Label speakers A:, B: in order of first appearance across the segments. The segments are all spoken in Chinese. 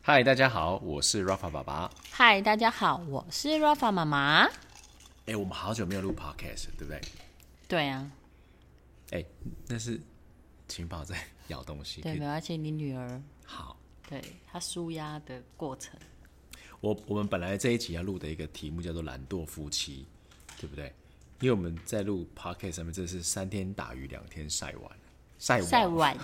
A: 嗨，大家好，我是 Rafa 爸爸。
B: 嗨，大家好，我是 Rafa 妈妈。
A: 哎，我们好久没有录 podcast，了对不对？
B: 对啊，
A: 哎，那是情宝在咬东西。可
B: 对
A: 以
B: 的，而且你女儿
A: 好，
B: 对她舒压的过程，
A: 我我们本来这一集要录的一个题目叫做“懒惰夫妻”，对不对？因为我们在录 podcast 上面，这是三天打鱼两天晒网，晒网
B: 晒晚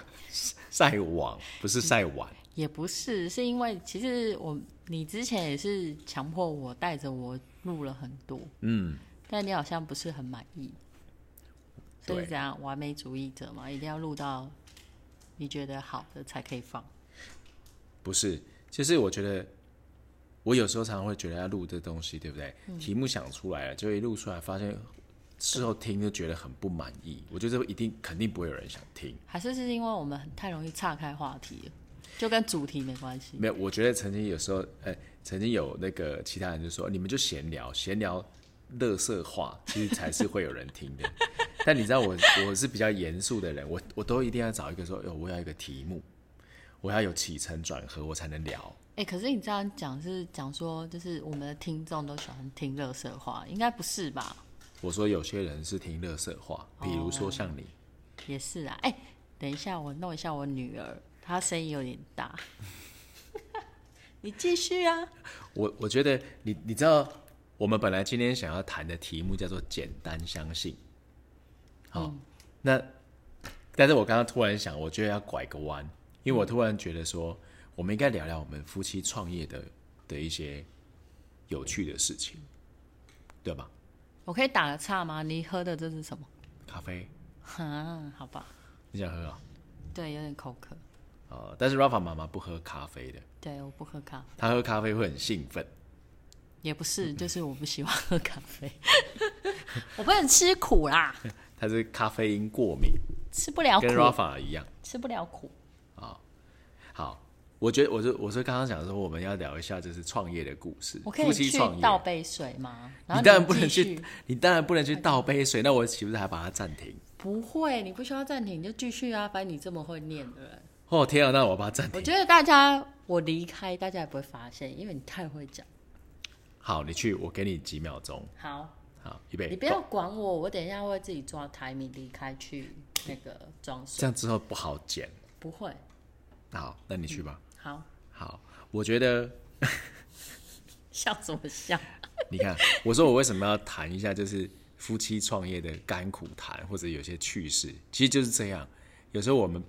A: 晒网，不是晒碗。
B: 也不是，是因为其实我你之前也是强迫我带着我录了很多，
A: 嗯，
B: 但你好像不是很满意，所以
A: 对
B: 怎样完美主义者嘛，一定要录到你觉得好的才可以放。
A: 不是，就是我觉得，我有时候常常会觉得要录这东西，对不对？题目想出来了，就一录出来，发现事后听就觉得很不满意。我觉得这一定肯定不会有人想听。
B: 还是是因为我们很太容易岔开话题了，就跟主题没关系。
A: 没有，我觉得曾经有时候，呃，曾经有那个其他人就说，你们就闲聊，闲聊，乐色话，其实才是会有人听的。但你知道我，我是比较严肃的人，我我都一定要找一个说，哦，我要一个题目，我要有起承转合，我才能聊。
B: 哎、可是你这样讲是讲说，就是我们的听众都喜欢听乐色话，应该不是吧？
A: 我说有些人是听乐色话，比如说像你，
B: 也是啊。哎、等一下，我弄一下我女儿，她声音有点大。 你继续啊。
A: 我我觉得你你知道，我们本来今天想要谈的题目叫做简单相信，好，那但是我刚刚突然想，我觉得要拐个弯，因为我突然觉得说，我们应该聊聊我们夫妻创业的的一些有趣的事情，对吧？
B: 我可以打个岔吗？你喝的这是什么？
A: 咖啡，
B: 哈，好吧，
A: 你想喝啊？
B: 对，有点口渴。
A: 呃，但是 Rafa 妈妈不喝咖啡的，
B: 对，我不喝咖啡，
A: 她喝咖啡会很兴奋。
B: 也不是，就是我不喜欢喝咖啡。 我不能吃苦啦，
A: 她是咖啡因过敏，
B: 吃不哦了苦
A: 跟，Rafa 一样。
B: 吃不了苦。
A: 好，我觉得我就我是刚刚讲说，我们要聊一下就是创业的故事，
B: 我可
A: 夫
B: 以
A: 妻
B: 去
A: 创业。
B: 倒杯水吗？然后
A: 你当然不
B: 继
A: 能
B: 续
A: 去，你当然不能去倒杯水，那我岂不是还把它暂停？
B: 不会，你不需要暂停，你就继续啊。反正你这么会念的人，
A: 哦天啊，那我把它暂
B: 我
A: 停。
B: 觉得大家我离开，大家也不会发现，因为你太会讲。
A: 好，你去，我给你几秒钟。
B: 好，
A: 好，预备。
B: 你不要管我，我等一下会自己抓 timing 离开去那个装
A: 这
B: 水，
A: 样之后不好剪。
B: 不会。
A: 好，那你去吧。
B: 好，
A: 好，我觉得
B: 笑什么笑？
A: 你看，我说我为什么要谈一下，就是夫妻创业的甘苦谈，或者有些趣事，其实就是这样。有时候我们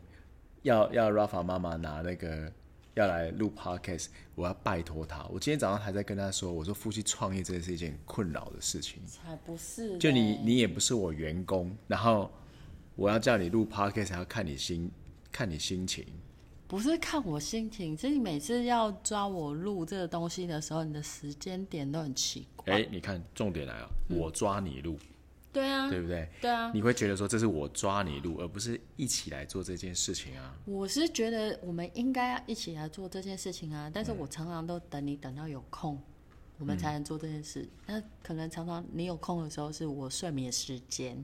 A: 要要 Rafa 妈妈拿那个要来录 podcast，我要拜托她。我今天早上还在跟她说，我说夫妻创业真的是一件困扰的事情。
B: 才不是嘞，
A: 就你你也不是我员工，然后我要叫你录 podcast，还要看你心看你心情。
B: 不是看我心情，是你每次要抓我录这个东西的时候，你的时间点都很奇怪。
A: 哎、你看重点来了，我抓你录，
B: 对啊，
A: 对不对？
B: 对啊。
A: 你会觉得说这是我抓你录，而不是一起来做这件事情啊。
B: 我是觉得我们应该要一起来做这件事情啊，
A: 嗯
B: 但是我常常都等你等到有空，我们才能做这件事。那、可能常常你有空的时候是我睡眠时间。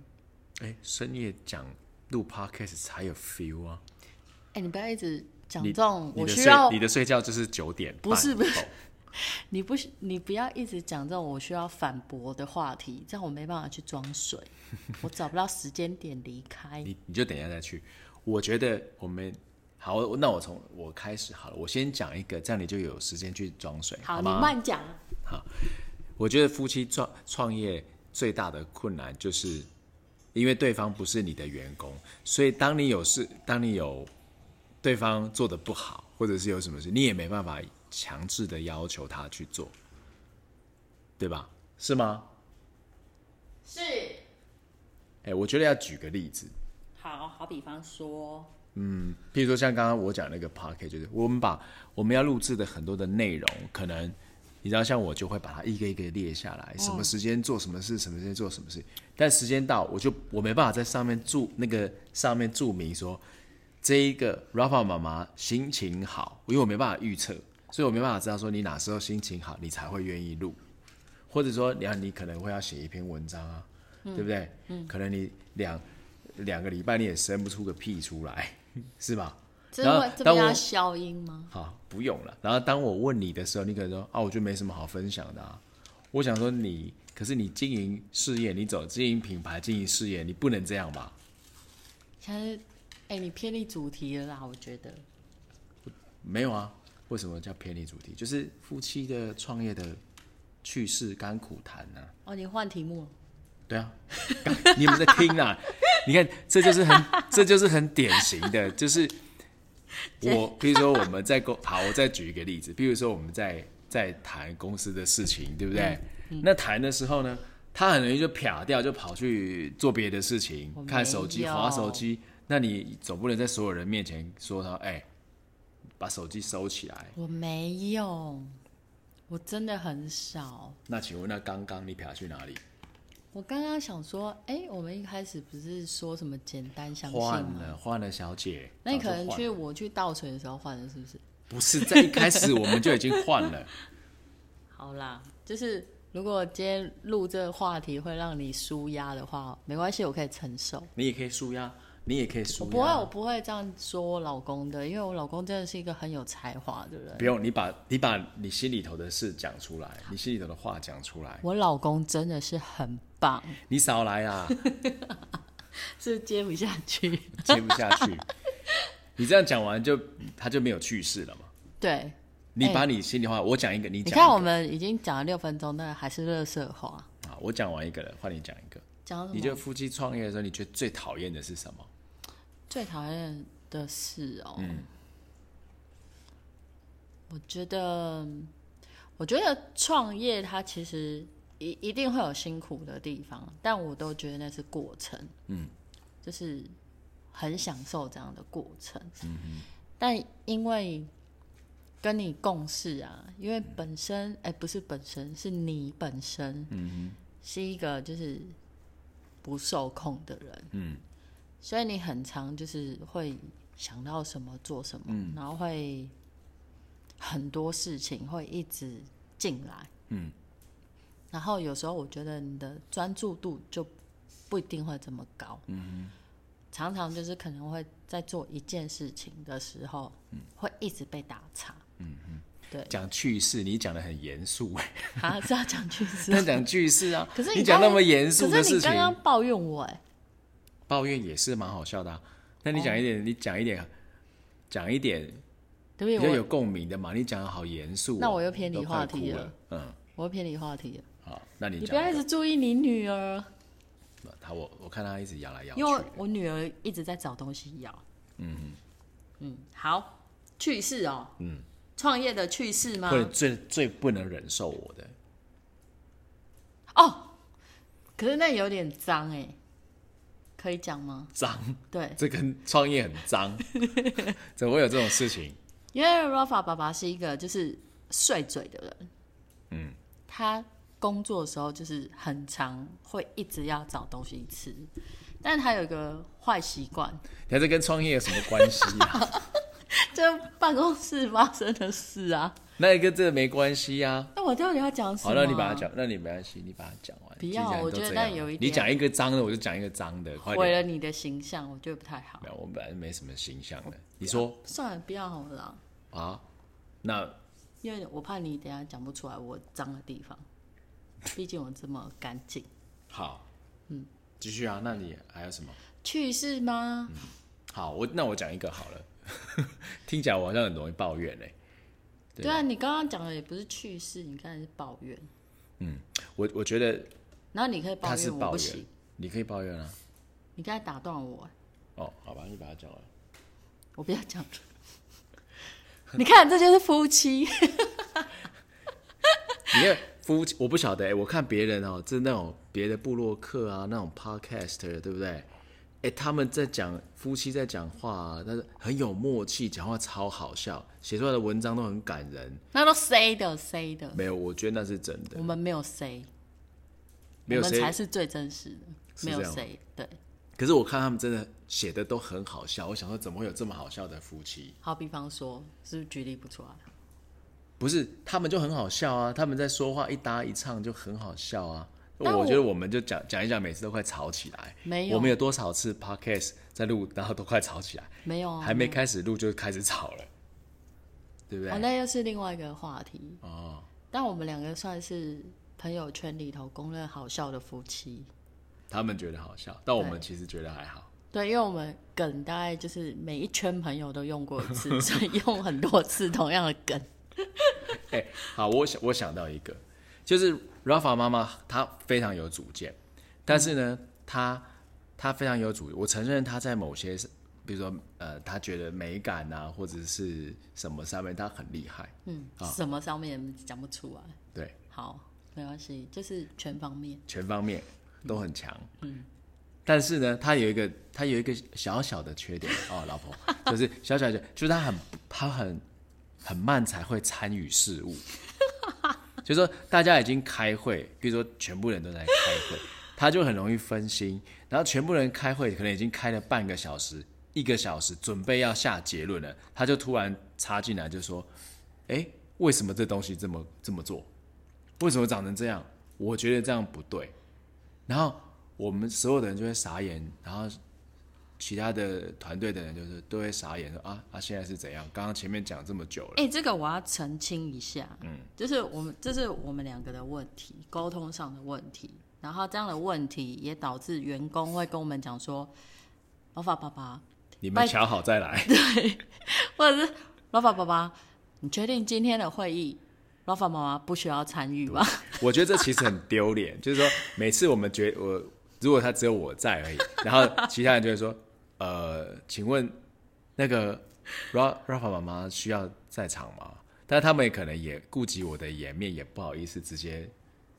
A: 哎，深夜讲录 podcast 才有 feel 啊。
B: 哎、你不要一直讲
A: 你
B: 这种，
A: 你
B: 我
A: 的
B: 需
A: 睡
B: 要
A: 你的睡觉就是九点半
B: 不是不是
A: 哦
B: 你不需你不要一直讲这种我需要反驳的话题，这样我没办法去装 水，我找不到时间点离开。
A: 你你就等一下再去。我觉得我们好，那我从我开始好了，我先讲一个，这样你就有时间去装水，
B: 好，你
A: 吗？
B: 慢讲。
A: 我觉得夫妻创创业最大的困难就是，因为对方不是你的员工，所以当你有事，当你有对方做的不好，或者是有什么事，你也没办法强制的要求他去做，对吧？是吗？
B: 是，
A: 哎，我觉得要举个例子，
B: 好好比方说，
A: 譬如说像刚刚我讲那个 p o c k e t 就是我们把我们要录制的很多的内容，可能你知道，像我就会把它一个一个列下来，什么时间做什么事，什么时间做什么事。但时间到，我就我没办法在上面注那个上面注明说这一个 Rafa 妈妈心情好，因为我没办法预测，所以我没办法知道说你哪时候心情好，你才会愿意录，或者说你要你可能会要写一篇文章啊，对不对？可能你两两个礼拜你也生不出个屁出来，是吧？
B: 这
A: 然后
B: 会这
A: 当
B: 边要
A: 我
B: 消音吗？
A: 好，不用了。然后当我问你的时候，你可能说啊，我就没什么好分享的啊。我想说你，可是你经营事业，你走经营品牌、经营事业，你不能这样吧？
B: 现在，哎、你偏离主题了啦，我觉得。
A: 没有啊，为什么叫偏离主题？就是夫妻的创业的趣事甘苦谈啊。
B: 哦，你换题目了。
A: 对啊，刚 你有没有在听啊？你看，这就是很，这就是很典型的，就是我，比如说我们在公，好，我再举一个例子，比如说我们在在谈公司的事情，对不对？
B: 嗯
A: 那谈的时候呢，他很容易就撇掉，就跑去做别的事情
B: 我，
A: 看手机、
B: 没有
A: 划手机。那你总不能在所有人面前说他，哎、把手机收起来。
B: 我没有，我真的很少。
A: 那请问，那刚刚你撇去哪里？
B: 我刚刚想说，哎、我们一开始不是说什么简单相信
A: 换
B: 吗？
A: 了，换了，小姐。
B: 那你
A: 早
B: 可
A: 就
B: 能
A: 换
B: 去
A: 了
B: 我去倒水的时候换的，是不是？
A: 不是在一开始我们就已经换了，
B: 好啦，就是如果今天录这个话题会让你舒压的话，没关系，我可以承受。
A: 你也可以输呀，你也可以输
B: 我
A: 呀。
B: 不会，我不会这样说我老公的，因为我老公真的是一个很有才华的人。
A: 不用你把你把你心里头的事讲出来，你心里头的话讲出 来，
B: 我老公真的是很棒，
A: 你少来啊，
B: 是接不下去。
A: 接不下去。你这样讲完就他就没有趣事了嘛？
B: 对，
A: 你把你心里话，我讲一个，你
B: 哎你
A: 讲一个。
B: 看我们已经讲了六分钟，但还是乐色话，
A: 啊，我讲完一个了，换你讲一个。
B: 讲什
A: 你觉得
B: 么？
A: 夫妻创业的时候，你觉得最讨厌的是什么？，
B: 最讨厌的事哦、我觉得，我觉得创业它其实一一定会有辛苦的地方，但我都觉得那是过程，嗯，就是很享受这样的过程，嗯但因为跟你共事啊，因为本身哎、不是本身是你本身，嗯是一个就是不受控的人，嗯，所以你很常就是会想到什么做什么，然后会。很多事情会一直进来，嗯，然后有时候我觉得你的专注度就不一定会这么高，嗯，常常就是可能会在做一件事情的时候，会一直被打岔，嗯对
A: 讲趣事，你讲的很严 肃，
B: 啊是要讲句子，
A: 但讲趣事啊，
B: 可是
A: 你
B: 你
A: 讲
B: 刚
A: 那么严肃
B: 可
A: 的
B: 是
A: 事
B: 你
A: 情
B: 刚，刚抱怨我哎、
A: 抱怨也是蛮好笑的、啊。那你讲一
B: 哦
A: 点，你讲一点，啊讲一点
B: 对
A: 比
B: 不
A: 较
B: 对？
A: 有
B: 我
A: 共鸣的嘛。你讲的好严肃哦、
B: 那我又偏离
A: 都快
B: 话题
A: 哭
B: 了
A: 了。嗯，
B: 我会偏离话题了，
A: 好，那你
B: 你
A: 讲
B: 不要一直注意你女儿，
A: 他，我我看他一直摇来摇去
B: 因为。我我女儿一直在找东西咬。嗯嗯，好，趣事哦，嗯，创业的趣事吗
A: 或？者最最不能忍受我的，
B: 哦，可是那有点脏哎，可以讲吗？
A: 脏，
B: 对，
A: 这跟创业很 脏，怎么会有这种事情？
B: 因为 Rafa 爸爸是一个就是碎嘴的人，嗯，他工作的时候就是很常会一直要找东西吃，但他有一个坏习惯，
A: 你看这跟创业有什么关系 啊？
B: 就办公室发生的事啊。
A: 那跟这没关系啊。
B: 那我到底要讲什
A: 好，
B: 么啊？
A: 那你把它讲，那你没关系，你把它讲完。
B: 不要
A: 既然
B: 我
A: 都
B: 觉得
A: 这
B: 那
A: 样
B: 有一
A: 你
B: 点
A: 讲一个脏的，我就讲一个脏的，快
B: 毁
A: 点。
B: 了你的形象，我觉得不太好
A: 没。有，我本来没什么形象的。你说
B: 算了，不要好了啦，
A: 啊？那
B: 因为我怕你等一下讲不出来我脏的地方，毕竟我这么干净。
A: 好，嗯，继续啊。那你还有什么？
B: 去世吗？
A: 嗯好，我那我讲一个好了。 听起来我好像很容易抱怨呢、欸对
B: 对啊，你刚刚讲的也不是去世，你刚才是抱怨，
A: 我我觉得
B: 然后你可以
A: 他
B: 抱
A: 是
B: 怨我
A: 抱
B: 不
A: 怨
B: 行，，
A: 你可以抱怨啊。
B: 你刚才打断我，
A: 哦，好吧，你把它讲完。
B: 我不要讲了。 你看，这就是夫妻，
A: 你看夫妻，我不晓得、欸，我看别人哦、就是那种别的部落客啊，那种 podcast，对不对？哎、他们在讲夫妻在讲话、啊，但是很有默契，讲话超好笑，写出来的文章都很感人。
B: 那都 C 的 C 的，
A: 没有，我觉得那是真的
B: 我，们没有 C，
A: 没有
B: 我们
A: 谁
B: 才是最真实的，
A: 是
B: 没有
A: 这样吗
B: C，对。
A: 可是我看他们真的写的都很好笑，我想说怎么会有这么好笑的夫妻？
B: 好，比方说，是不是举例不出来？
A: 不是，他们就很好笑啊，他们在说话一搭一唱就很好笑啊。
B: 但
A: 我
B: 我
A: 觉得我们就讲讲一讲，每次都快吵起来。
B: 没
A: 我
B: 有
A: 们有多少次 podcast 在录，然后都快吵起来，
B: 没有啊，
A: 还没开始录就开始吵了，对不
B: 哦，
A: 对？
B: 那又是另外一个话题。
A: 哦，
B: 但我们两个算是朋友圈里头公认好笑的夫妻，
A: 他们觉得好笑，但我们其实觉得还好。
B: 对，因为我们梗大概就是每一圈朋友都用过一 次，所以用很多次同样的梗。
A: 哎、好，我想我想到一个，就是 Rafa 妈妈她非常有主见，但是呢，她她非常有主，我承认她在某些，比如说呃，她觉得美感啊，或者是什么上面，她很厉害。
B: 嗯，什么上面讲不出来。
A: 对，
B: 好，没关系，就是全方面。
A: 全方面都很强。嗯，但是呢，他有一个他有一个小小的缺点哦，老婆就是小小的，就是他很他很很慢才会参与事务。就是说大家已经开会，比如说全部人都在开会， 他就很容易分心。然后全部人开会，可能已经开了半个小时、一个小时，准备要下结论了，他就突然插进来，就说：“哎，为什么这东西这么这么做？为什么长成这样？我觉得这样不对。”然后我们所有的人就会傻眼，然后其他的团队的人就是都会傻眼说：“啊啊，现在是怎样？刚刚前面讲这么久了，
B: 哎、这个我要澄清一下，嗯，就是我们这是我们两个的问题，沟通上的问题。然后这样的问题也导致员工会跟我们讲说，老法爸爸，
A: 你
B: 拜
A: 们瞧好再来。”
B: 或者是老法爸爸，你确定今天的会议老法妈妈不需要参与吗？
A: 我觉得这其实很丢脸，就是说每次我们觉我如果他只有我在而已，然后其他人就会说，呃，请问那个 Ra Rafa 妈妈需要在场吗？但他们也可能也顾及我的颜面，也不好意思直接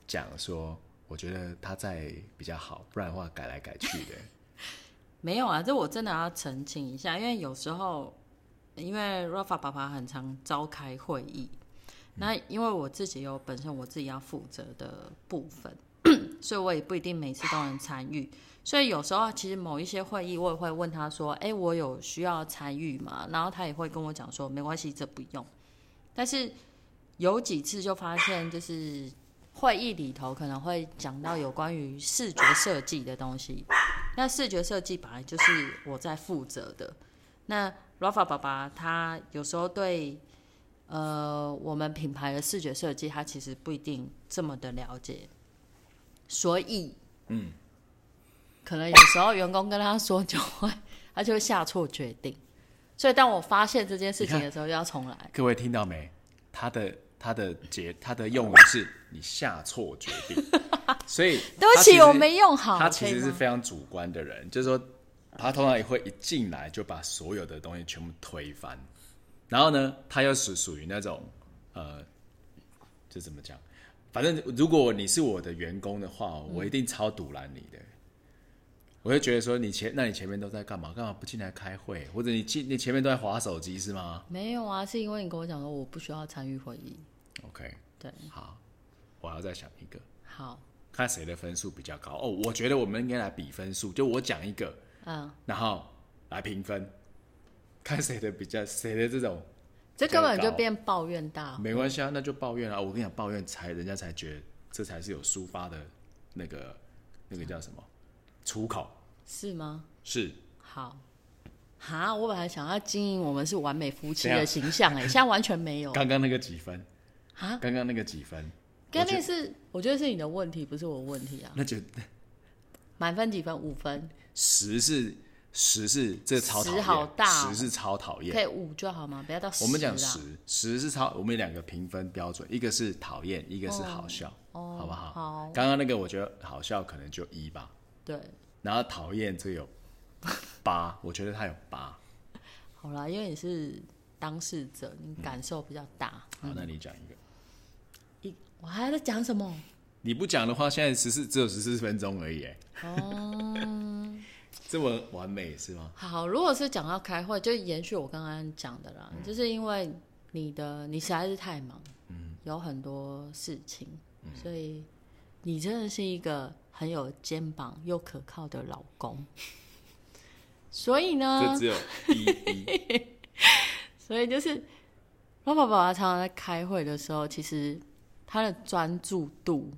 A: 讲说，我觉得他在比较好，不然的话改来改去的。
B: 没有啊，这我真的要澄清一下，因为有时候，因为 Rafa 爸爸很常召开会议，那因为我自己有本身我自己要负责的部分，所以我也不一定每次都能参与，所以有时候其实某一些会议我也会问他说：“哎，我有需要参与吗？”然后他也会跟我讲说：“没关系，这不用。”但是有几次就发现，就是会议里头可能会讲到有关于视觉设计的东西。那视觉设计本来就是我在负责的。那 Rafa 爸爸他有时候对呃我们品牌的视觉设计，他其实不一定这么的了解，所以嗯，可能有时候员工跟他说就会，他就会下错决定。所以当我发现这件事情的时候，就要重来。
A: 各位听到没？他的他的结他的用语是你下错决定，所以
B: 对不
A: 他其
B: 起，
A: 实
B: 我没用好。
A: 他其
B: 可以
A: 实是
B: 吗
A: 非常主观的人，就是说，他通常也会一进来就把所有的东西全部推翻。然后呢，他又属属于那种，呃，这怎么讲？反正如果你是我的员工的话，我一定超堵拦你的。我就觉得说，你前那你前面都在干嘛？干嘛不进来开会？或者你进你前面都在划手机是吗
B: 没有啊，是因为你跟我讲说我不需要参与会议。
A: ？OK，
B: 对，
A: 好，我要再想一个，
B: 好，
A: 看谁的分数比较高。哦，我觉得我们应该来比分数，就我讲一个，
B: 嗯，
A: 然后来评分，看谁的比较谁的这种
B: 这
A: 比较
B: 根本就
A: 高
B: 变抱怨大会
A: 没关系啊，那就抱怨啊。我跟你讲，抱怨才人家才觉得这才是有抒发的那个那个叫什么出口
B: 是吗？
A: 是。
B: 好，哈，我本来想要经营我们是完美夫妻
A: 等
B: 的
A: 一
B: 形象、 哎，现在完全没有
A: 刚刚那个几分？
B: 啊。
A: 刚刚那个几分？
B: 跟那是，我觉得是你的问题，不是我的问题啊。
A: 那就
B: 满分几分？五分，
A: 十是十是这超讨厌，
B: 十好大哦
A: 十是超讨厌。
B: 可以五就好吗？不要到十。
A: 我们讲十，，十是超，我们有两个评分标准，一个是讨厌，一个是好笑，
B: 哦
A: 好不好？
B: 好
A: 刚刚那个我觉得好笑可能就一吧，
B: 对，
A: 然后讨厌这有 八，我觉得他有八。
B: 好啦，因为你是当事者，你感受比较大。
A: 好，那你讲一个。
B: 一，我还在讲什么？
A: 你不讲的话，现在十四只有十四分钟而已，哎，
B: 哦。
A: 这么完美是吗？
B: 好，如果是讲到开会，就延续我刚刚讲的啦，
A: 嗯
B: 就是因为你的你实在是太忙，嗯，有很多事情，
A: 嗯
B: 所以你真的是一个很有肩膀又可靠的老公。 所以
A: 这
B: 呢，
A: 只有一一，
B: 所以就是老爸爸常常在开会的时候，其实他的专注度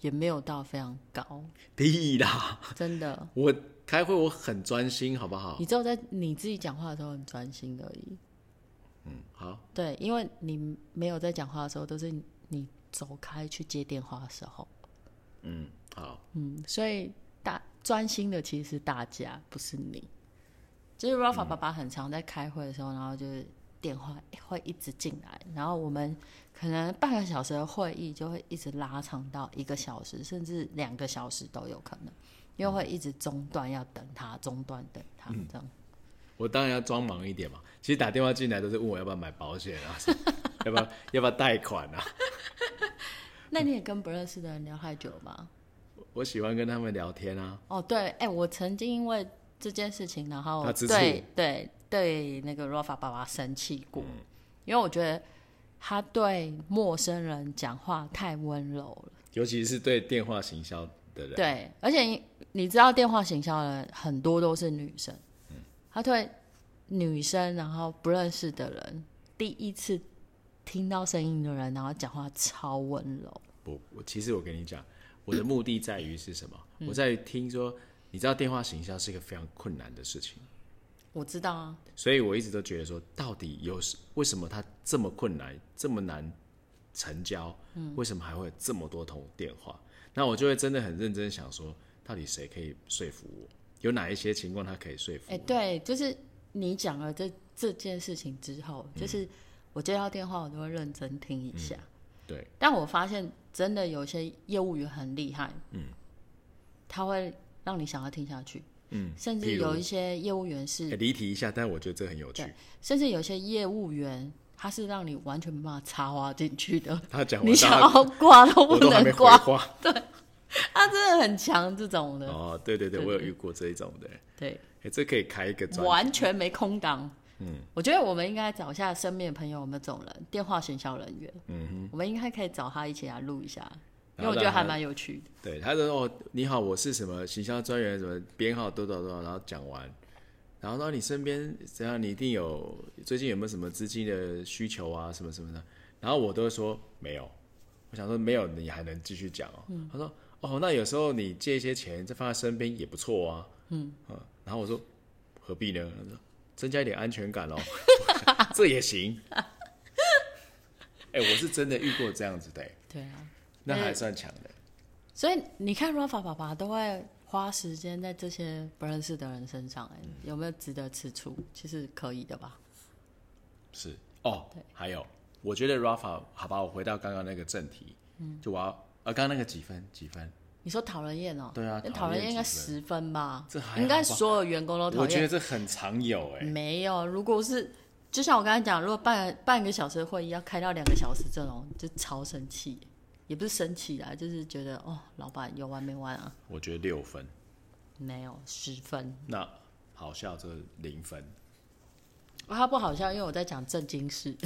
B: 也没有到非常高，
A: 屁啦！
B: 真的。
A: 我开会我很专心，好不好
B: 你？只有在你自己讲话的时候很专心而已。
A: 嗯，好，
B: 对，因为你没有在讲话的时候，都是你走开去接电话的时候。
A: 嗯，好，
B: 嗯，所以大专心的其实是大家，不是你。就是 Rafa 爸爸很常在开会的时候，然后就是电话会一直进来，然后我们可能半个小时的会议就会一直拉长到一个小时，甚至两个小时都有可能，因为会一直中断要等他，中断等他这样。
A: 我当然要装忙一点嘛。其实打电话进来都是问我要不要买保险啊， 什么要不要要不要贷款啊。
B: 那你也跟不认识的人聊太久吗？
A: 我喜欢跟他们聊天啊。
B: 哦，对，哎、我曾经因为这件事情，然后
A: 他吃醋
B: 对对对那个 Rafa 爸爸生气过，因为我觉得他对陌生人讲话太温柔了。
A: 尤其是对电话行销的人，
B: 对，而且你你知道电话行销的人很多都是女生，他对女生，然后不认识的人，第一次听到声音的人，然后讲话超温柔。
A: 我我其实我跟你讲，我的目的在于是什么？我在于听说，你知道电话行销是一个非常困难的事情，
B: 我知道啊，
A: 所以我一直都觉得说，到底有什为什么它这么困难，这么难成交？嗯，为什么还会有这么多通电话？那我就会真的很认真想说，到底谁可以说服我？有哪一些情况他可以说服
B: 哎、
A: 我？
B: 对，就是你讲了这这件事情之后，
A: 嗯
B: 就是我接到电话，我都会认真听一下。
A: 对，
B: 但我发现真的有些业务员很厉害，嗯，他会让你想要听下去，
A: 嗯，
B: 甚
A: 譬
B: 至
A: 如
B: 有一些业务员
A: 哎
B: 是，
A: 离题一下，但我觉得这很有趣
B: 对。甚至有一些业务员他是让你完全没办法插话进去的，
A: 他讲
B: 你
A: 完
B: 想
A: 大家
B: 要挂都不
A: 我都还没
B: 能
A: 回
B: 挂，
A: 话。
B: 他真的很强这种的，
A: 哦，对对对，
B: 对
A: 我有
B: 对
A: 遇过这一种的。
B: 对，
A: 哎，这可以开一个专
B: 完全没空档。嗯，我觉得我们应该找一下身边的朋友有没有这种人，电话行销人员。嗯我们应该可以找他一起来录一下，因为我觉得还蛮有趣的。
A: 对，他说哦，你好，我是什么行销专员，什么编号多少多少，然后讲完，然后说你身边怎样，你一定有最近有没有什么资金的需求啊，什么什么的，然后我都会说没有，我想说没有，你还能继续讲哦。他说哦，那有时候你借一些钱再放在身边也不错啊，嗯然后我说何必呢？他说增加一点安全感哦，这也行。哎、我是真的遇过这样子的、哎
B: 对啊，
A: 那还算强的。
B: 所以你看 Rafa 爸爸都会花时间在这些不认识的人身上、
A: 嗯
B: 哎、有没有值得吃醋？其实可以的吧。
A: 是哦，还有，我觉得 Rafa，好吧，我回到刚刚那个正题，嗯，就我要，呃，刚刚那个几分几分？
B: 你说讨人厌哦、
A: 对啊
B: 那
A: 讨
B: 讨
A: 人厌
B: 人厌应该
A: 几分
B: 十分吧？
A: 这还好吧
B: 应该所有员工都讨
A: 我觉得
B: 厌。
A: 这很常有哎、
B: 没有，如果是就像我刚才讲，如果半半个小时的会议要开到两个小时，这种就超生气，也不是生气啦，就是觉得哦，老板有完没完啊？
A: 我觉得六分，
B: 没有十分，
A: 那好笑这零分，
B: 啊他不好笑，因为我在讲正经事。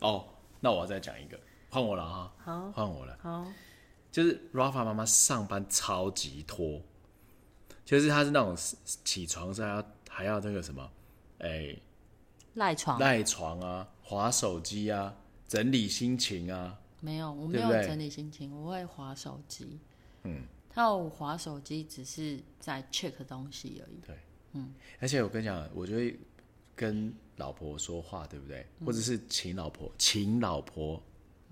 A: 哦，那我要再讲一个，换我了哈，
B: 好，
A: 换我了，
B: 好，
A: 就是 Rafa 妈妈上班超级拖，就是她是那种起床是还要还要那个什么，哎、
B: 赖床
A: 赖床啊，划手机啊，整理心情啊，
B: 没有，我没
A: 对
B: 有
A: 不对
B: 整理心情，我会划手机。嗯，他我划手机只是在 check 东西而已。
A: 而且我跟你讲，我就会跟老婆说话，对不对？或者是请老婆，请老婆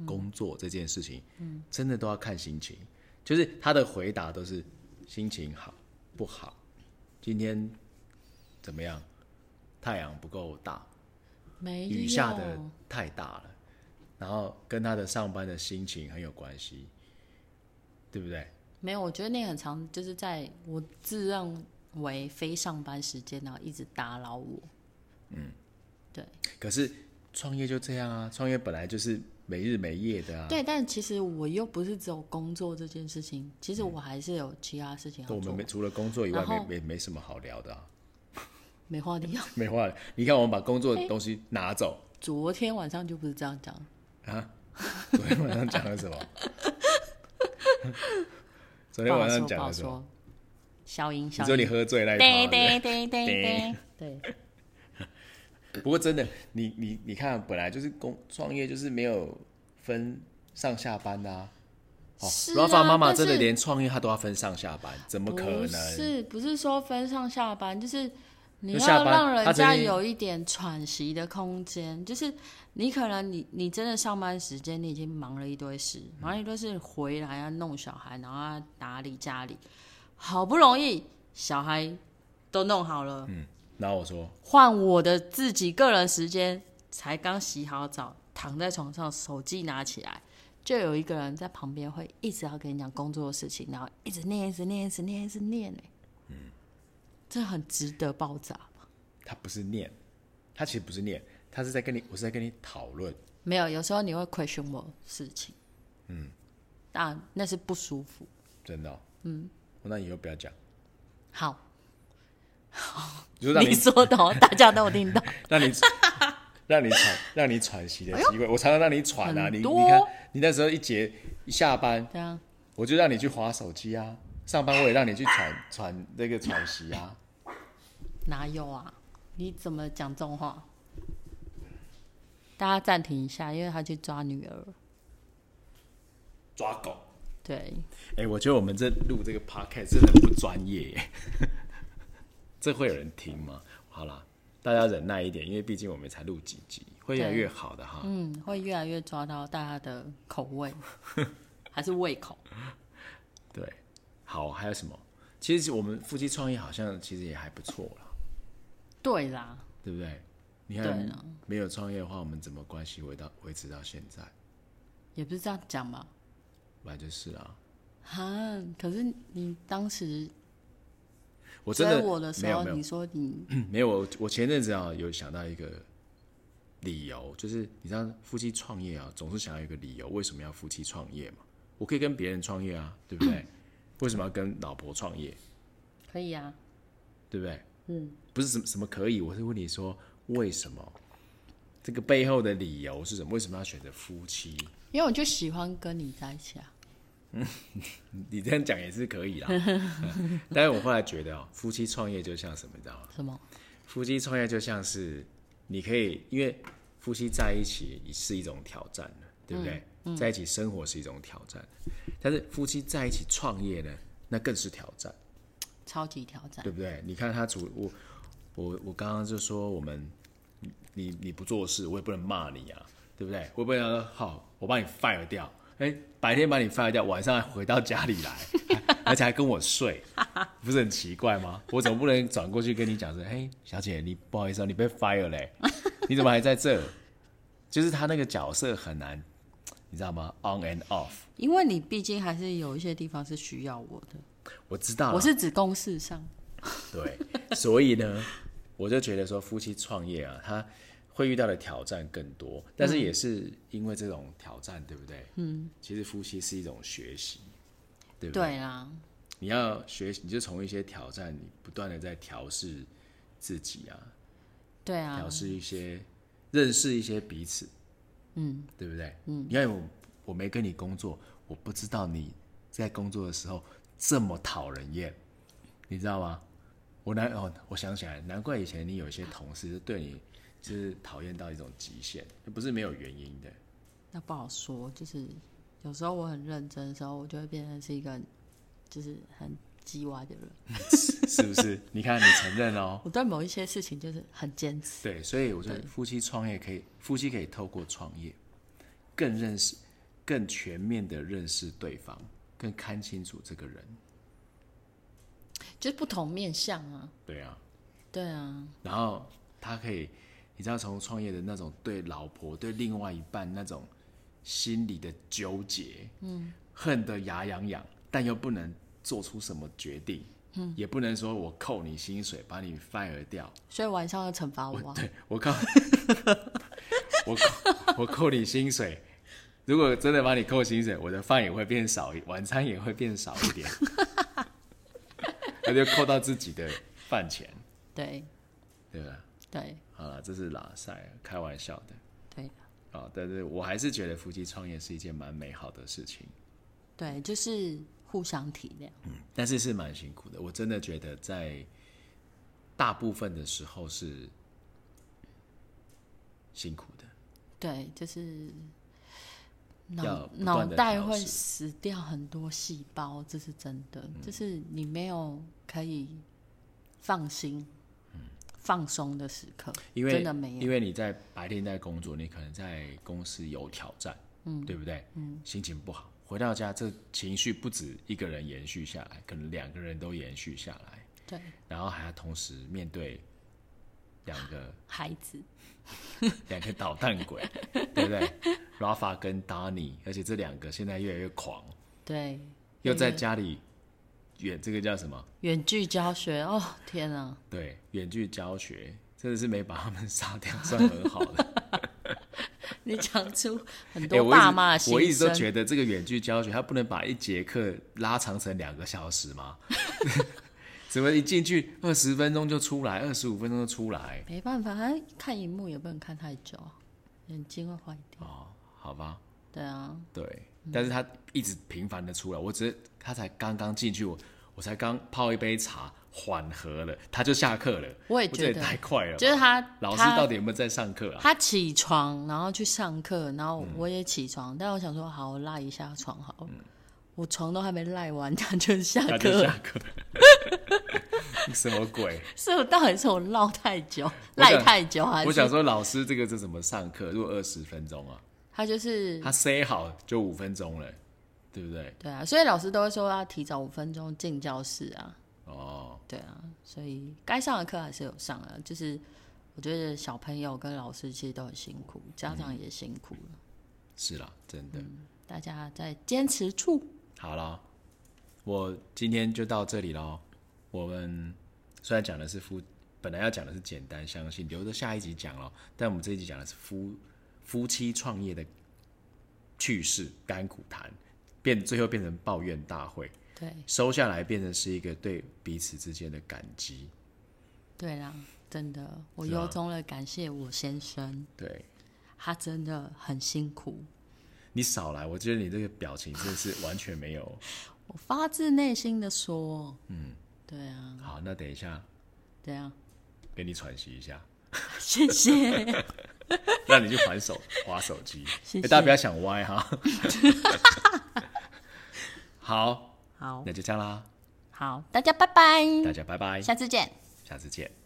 A: 工作这件事情，嗯，真的都要看心情。就是她的回答都是心情好不好，今天怎么样？太阳不够大，
B: 没哦有
A: 雨下的太大了，然后跟她的上班的心情很有关系，对不对？
B: 没有，我觉得那个很常就是在我自认为非上班时间，然后一直打扰我。
A: 嗯可是创业就这样啊，创业本来就是没日没夜的啊。
B: 对，但其实我又不是只有工作这件事情，其实我还是有其他事情
A: 嗯我
B: 要
A: 们
B: 做
A: 没，除了工作以外，
B: 然后
A: 没没没什么好聊的、啊，
B: 没话题啊。
A: 没话。你看，我们把工作的东西拿走、
B: 昨天晚上就不是这样讲，
A: 啊！昨天晚上讲了什么？ 昨天晚上
B: 不
A: 讲
B: 好
A: 了什
B: 说，
A: 么？
B: 不好说。消音，
A: 你
B: 消
A: 说你
B: 音。
A: 喝醉那一趴对
B: 对
A: 不对
B: 对对对对对，
A: 不过真的，你你你看，本来就是工创业，就是没有分上下班啊。哦
B: 是啊
A: ，Rafa 妈妈真的
B: 但是
A: 连创业她都要分上下班，怎么可
B: 不
A: 能？
B: 是不是说分上下班，就是你
A: 就下
B: 要
A: 班
B: 让
A: 他
B: 人
A: 曾
B: 家
A: 经
B: 有一点喘息的空间。就是你可能你你真的上班时间你已经忙了一堆事，忙了一堆事回来要弄小孩，然后要打理家里，好不容易小孩都弄好了，
A: 然后我说，
B: 换我的自己个人时间，才刚洗好澡，躺在床上，手机拿起来，就有一个人在旁边会一直要跟你讲工作的事情，然后一直念，一直念，一直念，一直念，哎，嗯，这很值得爆炸吗
A: 他不是念，他其实不是念，他是在跟你，我是在跟你讨论。
B: 没有，有时候你会 question 我事情，嗯，但那是不舒服。
A: 真的、嗯，那以后不要讲，
B: 好，
A: 就让
B: 你
A: 你
B: 说的、哦，大家都有听到。
A: 让你 让你喘让你喘息的机会。我常常让你喘啊，
B: 哎很
A: 你
B: 多
A: 你看，你那时候一节一下班，
B: 这样，
A: 我就让你去划手机啊，上班我也让你去喘 喘那个喘息啊。
B: 哪有啊？你怎么讲这种话？大家暂停一下，因为他去抓女儿。
A: 抓狗，
B: 对，
A: 哎、我觉得我们这录这个 podcast 真的很不专业 耶，这会有人听吗？好啦，大家忍耐一点，因为毕竟我们才录几集，会越来越好的哈。
B: 嗯，会越来越抓到大家的口 味，还是胃口。
A: 对，好，还有什么？其实我们夫妻创业好像其实也还不错啦，
B: 对啦，
A: 对不对？你
B: 对
A: 看
B: 啊，
A: 没有创业的话，我们怎么关系维到维持到现在？
B: 也不是这样讲吧？
A: 本来就是啊，
B: 哈，可是你当时
A: 我真
B: 追
A: 的
B: 我的
A: 没
B: 时
A: 有
B: 候，
A: 没有
B: 你说你
A: 没有，我我前阵子啊有想到一个理由，就是你知道夫妻创业啊，总是想要一个理由，为什么要夫妻创业嘛？我可以跟别人创业啊，对不 对？为什么要跟老婆创业，
B: 可以啊，
A: 对不对？
B: 嗯，
A: 不是什么什么可以，我是问你说为什么？这个背后的理由是什么？为什么要选择夫妻？
B: 因为我就喜欢跟你在一起啊。
A: 你这样讲也是可以啦， 嗯但是我后来觉得哦，夫妻创业就像什么，你知道吗？
B: 什么？
A: 夫妻创业就像是你可以，因为夫妻在一起是一种挑战了对不对？在一起生活是一种挑战，但是夫妻在一起创业呢，那更是挑战，
B: 超级挑战。
A: 对不对？你看他主我我我刚刚就说我们你你你不做事，我也不能骂你啊，对不对？我不能说好，我把你 fire 掉，哎，白天把你 fire 掉，晚上还回到家里来， 还而且还跟我睡，不是很奇怪吗？我总不能转过去跟你讲说，嘿，小姐，你不好意思、啊，你被 fire 嘞、你怎么还在这？就是他那个角色很难，你知道吗？On and off，
B: 因为你毕竟还是有一些地方是需要我的，
A: 我知道啦，啊
B: 我是指公事上。
A: 对，所以呢，我就觉得说夫妻创业啊，他会遇到的挑战更多，但是也是因为这种挑战，对不对？嗯，其实夫妻是一种学习，对不对？
B: 对啦，
A: 你要学习，你就从一些挑战，你不断的在调试自己啊，
B: 对啊
A: 调，试一些、认识一些彼此，嗯，对不对？嗯，因为我我没跟你工作，我不知道你在工作的时候这么讨人厌，你知道吗？我难哦，我想起来，难怪以前你有一些同事对你就是讨厌到一种极限，不是没有原因的。
B: 那不好说。就是有时候我很认真的时候，我就会变成是一个就是很叽歪的人。
A: 是不是？ 你看，你承认哦。
B: 我对某一些事情就是很坚持。
A: 对，所以我觉得夫妻创业可以，夫妻可以透过创业，更认识、更全面的认识对方，更看清楚这个人。
B: 就是不同面相啊。
A: 对啊，
B: 对啊，
A: 然后他可以，你知道从创业的那种对老婆、对另外一半那种心理的纠结，嗯，恨得牙痒痒，但又不能做出什么决定，嗯，也不能说我扣你薪水，把你 fire 掉，
B: 所以晚上要惩罚我啊。
A: 对我靠， 我扣我扣你薪水，如果真的把你扣薪水，我的饭也会变少一，晚餐也会变少一点，那就扣到自己的饭钱，
B: 对
A: 对吧？
B: 对
A: 好了，这是拉塞，开玩笑的
B: 对
A: 啊、但是我还是觉得夫妻创业是一件蛮美好的事情，
B: 对，就是互相体谅。
A: 但是是蛮辛苦的。我真的觉得在大部分的时候是辛苦的。
B: 对，就是
A: 要
B: 脑
A: 不
B: 脑
A: 断地
B: 袋
A: 调
B: 会
A: 试嗯
B: 死掉很多细胞，这是真的。就是你没有可以放心、
A: 嗯
B: 放松的时刻，
A: 因为
B: 真的没有
A: 因。为你在白天在工作，你可能在公司有挑战，嗯，对不对？嗯，心情不好，回到家这情绪不止一个人延续下来，可能两个人都延续下来，
B: 对
A: 然后还要同时面对两个
B: 孩子，
A: 两个捣蛋鬼，对不对？Rafa 跟 Danny，而且这两个现在越来越狂，
B: 对
A: 又在家里远这个叫什么？
B: 远距教学，哦天啊，
A: 对，远距教学真的是没把他们杀掉，算很好的。
B: 你讲出 很
A: 欸
B: 多
A: 我一直
B: 爸妈的心声。
A: 我一直都觉得这个远距教学，他不能把一节课拉长成两个小时吗？ 怎么一进去二十分钟就出来，二十五分钟就出来？
B: 没办法，他看荧幕也不能看太久啊，眼睛会坏掉。
A: 哦，好吧，
B: 对啊，
A: 对，但是他一直频繁的出来，我只是他才刚刚进去，我我才刚泡一杯茶缓和了，他就下课了，
B: 我也
A: 这
B: 觉
A: 也
B: 得，
A: 太快了吧。
B: 就是他
A: 老师
B: 他
A: 到底有没有在上课啊？
B: 他起床，然后去上课，然
A: 嗯
B: 后我也起床，但我想说，好，我赖一下床好了。我床都还没赖完，他就下
A: 他就
B: 课了，
A: 下课， 什么鬼？
B: 是我到底是我唠太久，
A: 我想
B: 赖太久，还
A: 我想
B: 是
A: 说，老师这个这怎么上课？如果二十分钟啊？
B: 他就是
A: 他塞好就五分钟了，对不对？
B: 对啊？所以老师都会说要提早五分钟进教室啊，
A: 哦，
B: 对啊，所以该上的课还是有上啊。就是我觉得小朋友跟老师其实都很辛苦，家
A: 嗯
B: 长也辛苦了，
A: 是啦，真的。
B: 大家在坚持住。
A: 好了，我今天就到这里喽。我们虽然讲的是夫，本来要讲的是简单相信，留着下一集讲咯。但我们这一集讲的是夫夫妻创业的趣事、甘苦谈，变最后变成抱怨大会，
B: 对
A: 收下来变成是一个对彼此之间的感激。
B: 对啦，真的，我
A: 是啊
B: 由衷的感谢我先生。
A: 对
B: 他真的很辛苦，
A: 你少来，我觉得你这个表情真的是完全没有。
B: 我发自内心的说，嗯，对啊，
A: 好，那等一下
B: 对啊，
A: 给你喘息一下。
B: 谢谢。
A: 让你去还手划手机。
B: 谢谢
A: 欸大家不要想歪哈。 好，
B: 好
A: 那就这样啦，
B: 好，大家拜拜，
A: 大家拜拜，
B: 下次见。
A: 下次见。